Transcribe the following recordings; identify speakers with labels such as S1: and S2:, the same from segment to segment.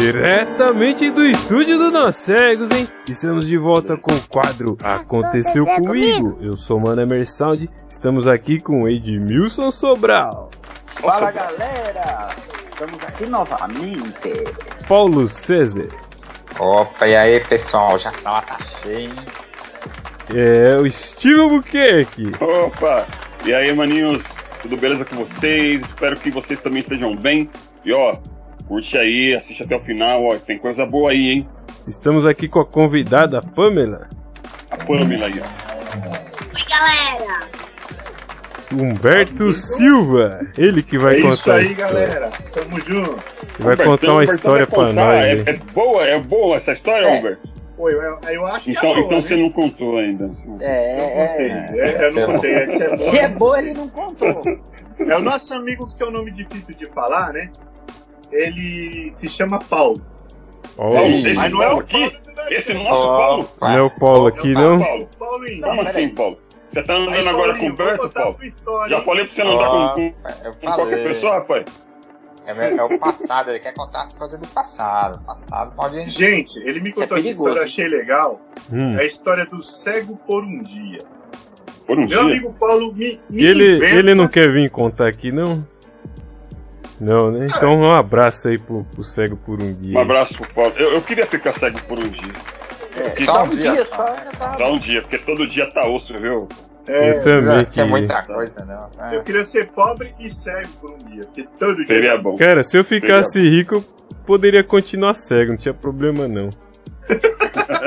S1: Diretamente do estúdio do Nós Cegos, hein? Estamos de volta com o quadro Aconteceu,
S2: Aconteceu
S1: comigo. Eu sou Mano Emersound, estamos aqui com Edmilson Sobral,
S3: Fala galera! Estamos aqui novamente.
S1: Paulo César,
S3: Opa, e aí pessoal, já a sala tá cheia, hein?
S1: é, o Steve Buquerque,
S4: Opa! E aí, maninhos? Tudo beleza com vocês? Espero que vocês também estejam bem. E ó, curte aí, assiste até o final, ó, tem coisa boa aí, hein?
S1: estamos aqui com a convidada Pamela,
S4: A Pamela aí, ó.
S2: Oi, galera!
S1: Humberto Silva, ele que vai
S5: é
S1: contar
S5: isso aí,
S1: a história.
S5: galera. Tamo junto.
S1: Ele vai
S4: Humbertão,
S1: contar uma
S4: Humbertão
S1: história
S4: vai
S1: pra
S4: contar.
S1: nós.
S4: É,
S1: hein?
S4: é boa, é boa essa história,
S3: É.
S4: Humberto?
S5: Oi, eu, eu acho que é
S4: Então,
S5: boa,
S4: então
S5: né?
S4: você não contou ainda.
S3: É, é.
S5: É, eu
S3: Essa é
S5: não contei. essa é
S3: Se é
S5: boa.
S3: boa, ele não contou.
S5: É o nosso amigo que tem um nome difícil de falar, né? Ele se chama Paulo.
S1: Ó,
S4: Paulo,
S3: Ih,
S4: esse
S5: mas não
S4: Paulo
S5: é o
S4: aqui?
S5: Paulo.
S4: Esse nosso Paulo?
S1: não é o Paulo aqui, não?
S4: Paulo,
S5: Paulinho.
S4: como assim, Paulo? Você tá andando
S5: Aí,
S4: agora com
S5: Paulinho,
S4: o
S5: vou
S4: Humberto,
S5: contar
S4: Paulo?
S5: sua história.
S4: Já
S5: hein?
S4: falei pra você não andar com, com-
S3: eu
S4: com qualquer pessoa, rapaz?
S3: É, é o passado, ele quer contar as coisas do passado. O passado pode.
S5: Gente, ele me contou essa
S3: perigoso,
S5: história, eu
S3: hein?
S5: achei legal.
S1: Hum.
S5: É a história do cego por um dia.
S4: Por um
S5: Meu
S4: dia.
S5: amigo Paulo me, me
S1: E ele,
S5: inventa-
S1: ele não quer vir contar aqui, não? Não, né? Então um abraço aí pro, pro cego por um
S4: Um
S1: dia.
S4: abraço pro Paulo. Eu, eu queria ficar cego por um dia.
S6: É.
S3: Só um dia, só. né? Só-
S4: Dá um dia, porque todo dia tá osso, viu?
S1: Eu
S5: É,
S3: Não
S1: também.
S3: precisa ser
S1: queria.
S3: muita coisa, não.
S5: eu
S3: É.
S5: queria ser pobre e cego por um dia. Porque todo dia.
S4: Seria bom.
S1: Cara, se eu ficasse rico, eu poderia continuar cego, não tinha problema não.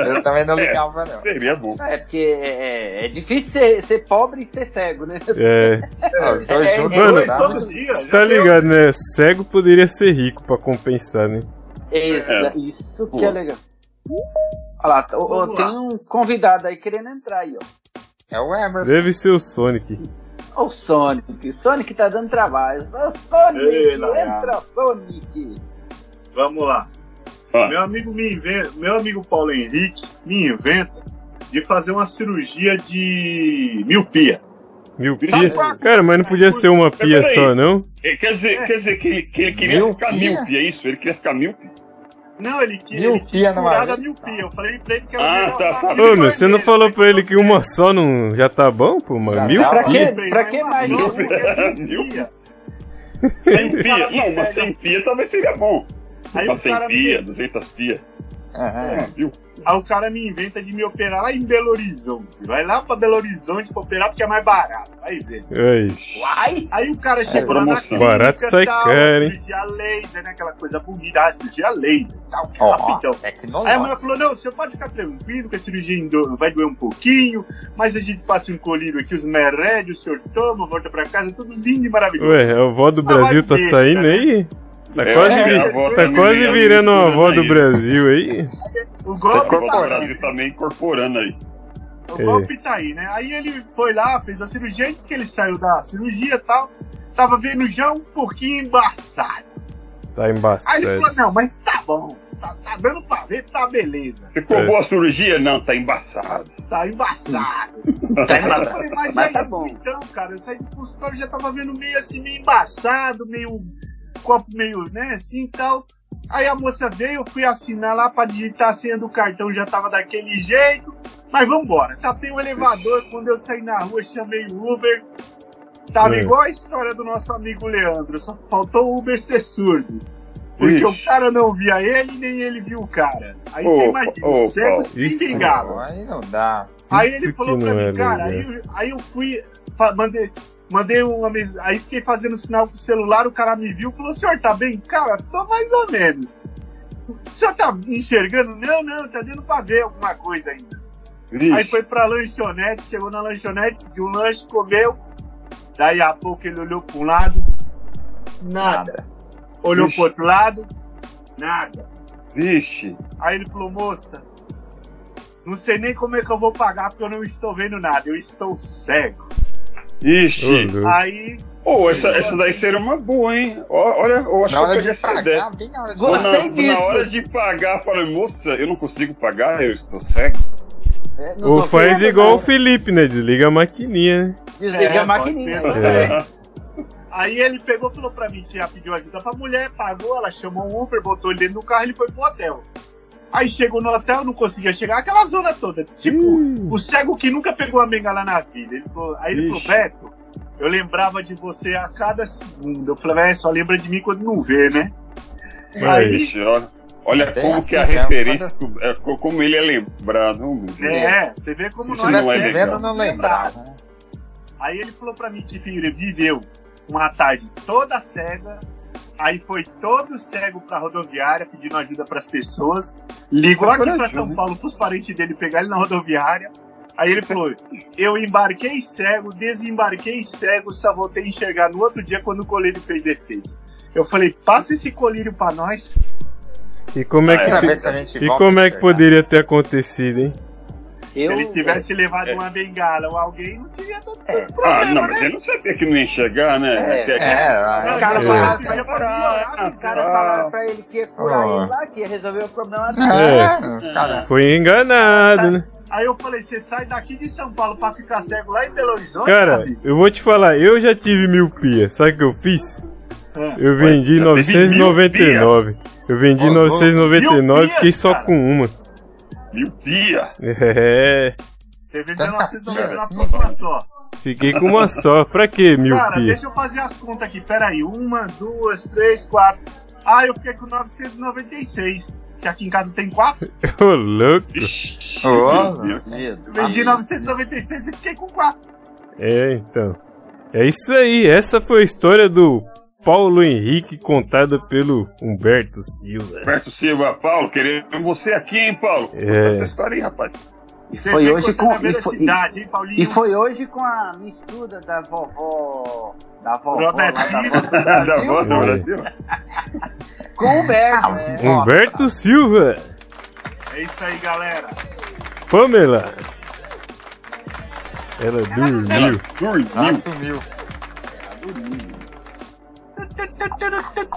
S3: Eu também não ligava, não.
S4: Seria bom.
S6: É, porque é, é difícil ser, ser pobre e ser cego, né?
S1: É,
S3: Ah, Os dois
S6: é,
S3: juntos.
S6: é,
S3: não
S5: Dois
S3: dá,
S5: todo
S3: né?
S5: dia.
S1: cê
S5: já
S1: tá
S5: deu.
S1: ligado, né? Cego poderia ser rico pra compensar, né?
S6: Isso,
S4: É.
S6: isso que
S4: Boa.
S6: é legal. Olha lá, t- ó,
S5: Vamos
S6: tem
S5: lá.
S6: um convidado aí querendo entrar aí, ó.
S3: É o Emerson.
S1: Deve ser o Sonic.
S6: Ó o Sonic. Sonic tá dando trabalho. Ó, Sonic,
S5: Ei, Laiá.
S6: entra, Sonic.
S5: Vamos lá.
S4: Ah.
S5: Meu amigo me inventa, meu amigo Paulo Henrique me inventa de fazer uma cirurgia de miopia.
S1: Mil pia.
S4: Sabe
S1: Cara, mas não podia ser uma pia
S4: Peraí.
S1: só, não?
S4: É, Quer dizer, quer dizer que ele, que ele queria
S3: Miopia?
S4: ficar míope, é isso? Ele queria ficar míope?
S5: Não, ele que ele
S3: Miopia
S5: tinha
S3: numa
S5: curado a
S3: vez,
S5: miopia.
S3: tá.
S5: Eu falei pra ele que
S4: Ah,
S5: era melhor
S4: tá,
S5: dar
S4: tá.
S5: mil
S1: Ô, meu,
S5: dois
S1: você não
S5: meses,
S1: falou
S5: né,
S1: pra ele que
S5: você-
S1: uma só não já tá bom, pô,
S3: Já
S1: mano? Mil
S3: tá
S6: Pra
S3: bom.
S6: quê?
S5: Eu falei,
S6: Pra
S5: mas
S6: que
S5: uma
S6: mais?
S5: só, porque é
S4: Miopia.
S5: miopia.
S4: Sem pia? Não, mas sem pia talvez seria bom.
S5: Aí
S4: Mas
S5: o
S4: sem
S5: cara me-
S4: pia, 200 pia.
S3: Aham.
S4: Ah, viu?
S5: É. Aí o cara me inventa de me operar lá em Belo Horizonte. Vai lá pra Belo Horizonte pra operar porque é mais barato. Aí vê.
S1: Aí,
S5: Uai! Aí o cara chegou lá na
S4: promoção.
S5: clínica,
S1: Barato sai
S5: tal,
S1: caro, hein?
S5: Cirurgia laser, né? Aquela coisa bonita, ah, cirurgia laser, tal,
S3: Ó, é
S5: rapidão. Aí a mulher
S3: tecnológico.
S5: falou, não, o senhor pode ficar tranquilo que a cirurgia indo- vai doer um pouquinho, mas a gente passa um colírio aqui, os remédios, o senhor toma, volta pra casa, tudo lindo e maravilhoso.
S1: ué, a avó do Brasil tá
S5: besta,
S1: saindo
S5: né?
S1: aí? Tá
S4: É,
S1: quase,
S4: a
S1: vi-
S4: avó
S1: tá
S4: também,
S1: quase
S4: a
S1: virando uma
S4: mistura
S1: avó do
S4: daí.
S1: Brasil aí.
S5: O
S4: A
S5: golpe,
S4: Copa do
S5: tá, aí,
S4: Brasil também incorporando aí.
S5: o golpe tá aí, né? Aí ele foi lá, fez a cirurgia, antes que ele saiu da cirurgia e tal, tava vendo já um pouquinho embaçado.
S1: Tá
S5: Aí ele
S1: embaçado.
S5: falou, não, mas tá bom, tá, tá dando pra ver, tá beleza,
S4: Ficou
S1: É.
S4: boa a cirurgia? Não, tá embaçado.
S5: tá embaçado.
S3: Tá
S5: Aí eu
S3: nada.
S5: falei, mas,
S3: Mas
S5: aí,
S3: tá bom.
S5: Então, cara, eu saí do consultório já tava vendo meio assim, meio embaçado, meio copo meio, né, assim e tal. Aí a moça veio, eu fui assinar lá pra digitar a senha do cartão, já tava daquele jeito. Mas vambora, tapei o elevador, quando eu saí na rua, chamei o Uber. Tava
S1: É.
S5: igual a história do nosso amigo Leandro, só faltou o Uber ser surdo. Porque
S4: Ixi.
S5: o cara não via ele, nem ele viu o cara. Aí você
S4: Opa,
S5: imagina,
S4: opa.
S5: o cego sem
S1: Isso.
S5: bengala.
S3: Aí não dá.
S5: Aí
S1: Isso
S5: ele
S1: que
S5: falou pra
S1: não
S5: mim,
S1: é
S5: cara, aí,
S1: legal.
S5: eu- aí eu fui, fa- mandei, mandei uma mensagem, aí fiquei fazendo sinal pro celular, o cara me viu e falou, senhor, tá bem? Cara, tô mais ou menos. O senhor tá enxergando? Não, não, tá dando pra ver alguma coisa ainda. Aí
S4: Vixe,
S5: foi pra lanchonete, chegou na lanchonete, de um lanche, comeu. Daí a pouco ele olhou pra um lado, nada.
S3: Nada.
S5: Olhou
S4: Ixi.
S5: pro outro lado, nada.
S4: vixe.
S5: Aí ele falou, moça, não sei nem como é que eu vou pagar porque eu não estou vendo nada, eu estou cego.
S4: Ixi.
S1: Ô, louco.
S5: Aí,
S4: Ô, essa, essa daí seria uma boa, hein? Ó, Olha, eu acho que
S3: Na
S4: eu
S3: hora
S4: perdi
S3: de
S4: essa ideia.
S3: pagar, bem na hora de
S4: Na,
S6: Gostei
S4: na
S6: disso.
S4: hora de pagar, falei, moça, eu não consigo pagar, eu estou cego.
S6: É, não
S1: Ou
S6: tô
S1: faz
S6: querendo,
S1: igual
S6: não.
S1: o Felipe, né? Desliga a maquininha, né?
S6: Desliga
S5: É,
S6: a
S5: pode
S6: maquininha.
S5: ser,
S1: É.
S5: Aí ele pegou, falou pra mim que ia pedir ajuda pra mulher, pagou, ela chamou o Uber, botou ele dentro do carro e ele foi pro hotel. Aí chegou no hotel, não conseguia chegar, aquela zona toda. Tipo, o cego que nunca pegou a menga lá na vida. Ele falou, aí ele
S1: Ixi.
S5: falou, Beto, eu lembrava de você a cada segundo. Eu falei, é, só lembra de mim quando não vê, né? Aí,
S4: Ixi, olha, olha
S3: Bem
S4: como
S3: assim
S4: que a
S3: mesmo,
S4: referência, que o- é, co- como ele é lembrado. né? não, bicho?
S5: é, você vê como
S4: Isso
S5: nós
S4: não é
S5: cegos
S4: legal.
S3: vendo,
S5: somos
S3: não
S5: lembrados.
S3: lembrava. né?
S5: Aí ele falou pra mim que filho, viveu uma tarde toda cega. Aí foi todo cego pra rodoviária pedindo ajuda pras pessoas.
S4: Isso
S5: Ligou
S4: é
S5: aqui pra
S4: coragem,
S5: São
S4: né?
S5: Paulo pros parentes dele pegar ele na rodoviária. Aí ele falou: Eu embarquei cego, desembarquei cego, só voltei a enxergar no outro dia quando o colírio fez efeito. Eu falei: Passa esse colírio pra nós.
S1: E como é
S4: Ah,
S1: que,
S3: Pra
S4: é.
S1: fi-
S3: ver se a gente
S1: e
S3: volta
S1: como
S3: a
S1: é que
S3: enxergar.
S1: poderia ter acontecido, hein?
S6: Eu,
S5: Se ele tivesse levado
S4: é.
S5: uma bengala ou alguém, não teria tanto tanto
S4: Ah,
S5: problema.
S4: não, mas
S5: né?
S4: ele não sabia que não ia enxergar, né?
S3: É,
S4: Até-
S3: é,
S5: Não,
S3: é.
S6: cara
S5: ele
S1: fala-
S5: não podia pra piorar,
S4: Ah,
S5: mas
S6: os
S5: cara, tá
S6: caras falaram pra ele que ia curar
S3: Ah.
S6: ele lá, que ia resolver o problema dele.
S3: É,
S5: Tá.
S3: cara.
S1: Foi enganado, né?
S5: Aí eu falei, você sai daqui de São Paulo pra ficar cego lá em Belo Horizonte?
S1: Cara,
S5: amigo?"
S1: eu vou te falar, eu já tive miopia. Sabe o que eu fiz?
S5: Ah.
S1: Eu vendi
S4: já teve
S1: 999. Eu vendi
S3: Ô, louco.
S1: 999 e
S5: Miopias,
S1: fiquei só
S5: cara.
S1: com uma.
S4: Miopia.
S1: É,
S5: Teve
S6: tá
S3: Tanta
S6: assim,
S5: 1999
S3: coisa.
S5: pra uma só.
S1: fiquei com uma só. Pra que
S5: Cara,
S1: miopia?
S5: deixa eu fazer as contas aqui. Pera aí, uma, duas, três, quatro. Ah, eu fiquei com 996. Que aqui em casa tem quatro.
S1: Ô, louco.
S4: Ixi,
S3: Ô,
S4: miopia.
S5: Eu
S3: medo.
S5: Vendi
S3: Amigo.
S5: 996 e fiquei com quatro.
S1: É, então. É isso aí. Essa foi a história do Paulo Henrique contada pelo Humberto Silva.
S4: Roberto Silva, ah, Paulo, queremos você aqui, hein, Paulo?
S1: É.
S4: Essa história aí, rapaz.
S6: E
S5: Você
S6: foi
S5: vem
S6: hoje
S5: contando
S6: com.
S5: a
S6: E foi,
S5: velocidade, hein, Paulinho?
S6: e foi hoje com a mistura da vovó. Da vovó. lá, da
S5: Robertinho.
S6: vovó do
S4: da
S6: Brasil,
S4: volta do
S1: É.
S4: Brasil.
S6: com o Humberto,
S3: Ah,
S6: né?
S1: Humberto Silva,
S5: É isso aí, galera.
S1: Pamela. Ela dormiu.
S4: Ela dormiu.
S3: Ela sumiu.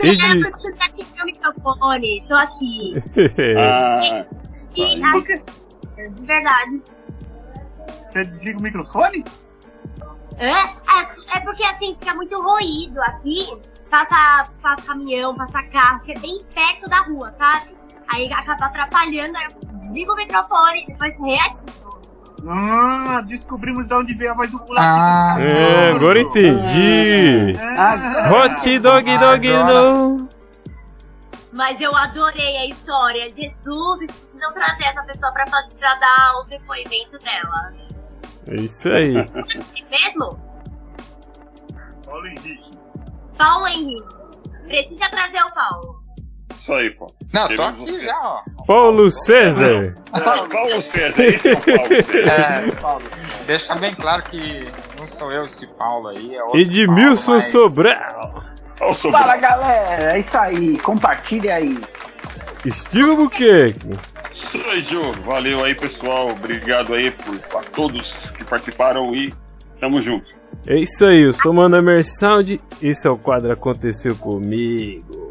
S1: Ele-
S2: Obrigado por chegar aqui no microfone. Tô aqui.
S1: é.
S4: Ah,
S2: E, ai, de verdade.
S5: Você desliga o microfone?
S2: É, é, é porque assim, fica muito ruído aqui. Passa, passa caminhão, passa carro, que é bem perto da rua, sabe? Aí acaba atrapalhando, aí eu desligo o microfone, depois reativo.
S5: Ah, descobrimos de onde veio a voz do moleque.
S3: Ah.
S1: é, agora entendi.
S5: Ah.
S1: Hot dog dog no.
S2: Mas eu adorei a história. Jesus, eles precisam trazer essa pessoa pra, fazer, pra dar o depoimento dela.
S1: É isso aí.
S2: É mesmo?
S5: Paulo Henrique.
S2: Paulo Henrique. Precisa trazer o Paulo.
S4: isso aí, Paulo.
S3: Não, tô
S4: Queremos
S3: aqui
S4: você.
S3: já, ó.
S1: Paulo César.
S4: Paulo César, esse é o Paulo César.
S3: É,
S6: Paulo.
S3: deixa bem claro que não sou eu esse Paulo aí, é outro
S1: Edmilson
S3: Paulo, mas-
S1: Sobral.
S4: Olha o sobrenome.
S6: Fala galera, é isso aí, compartilha aí.
S1: Estilo Buqueque.
S4: Sou Joe. um. Valeu aí, pessoal. Obrigado aí por, a todos que participaram e tamo junto.
S1: É isso aí, eu sou o Mano Mersound. Esse é o quadro Aconteceu Comigo.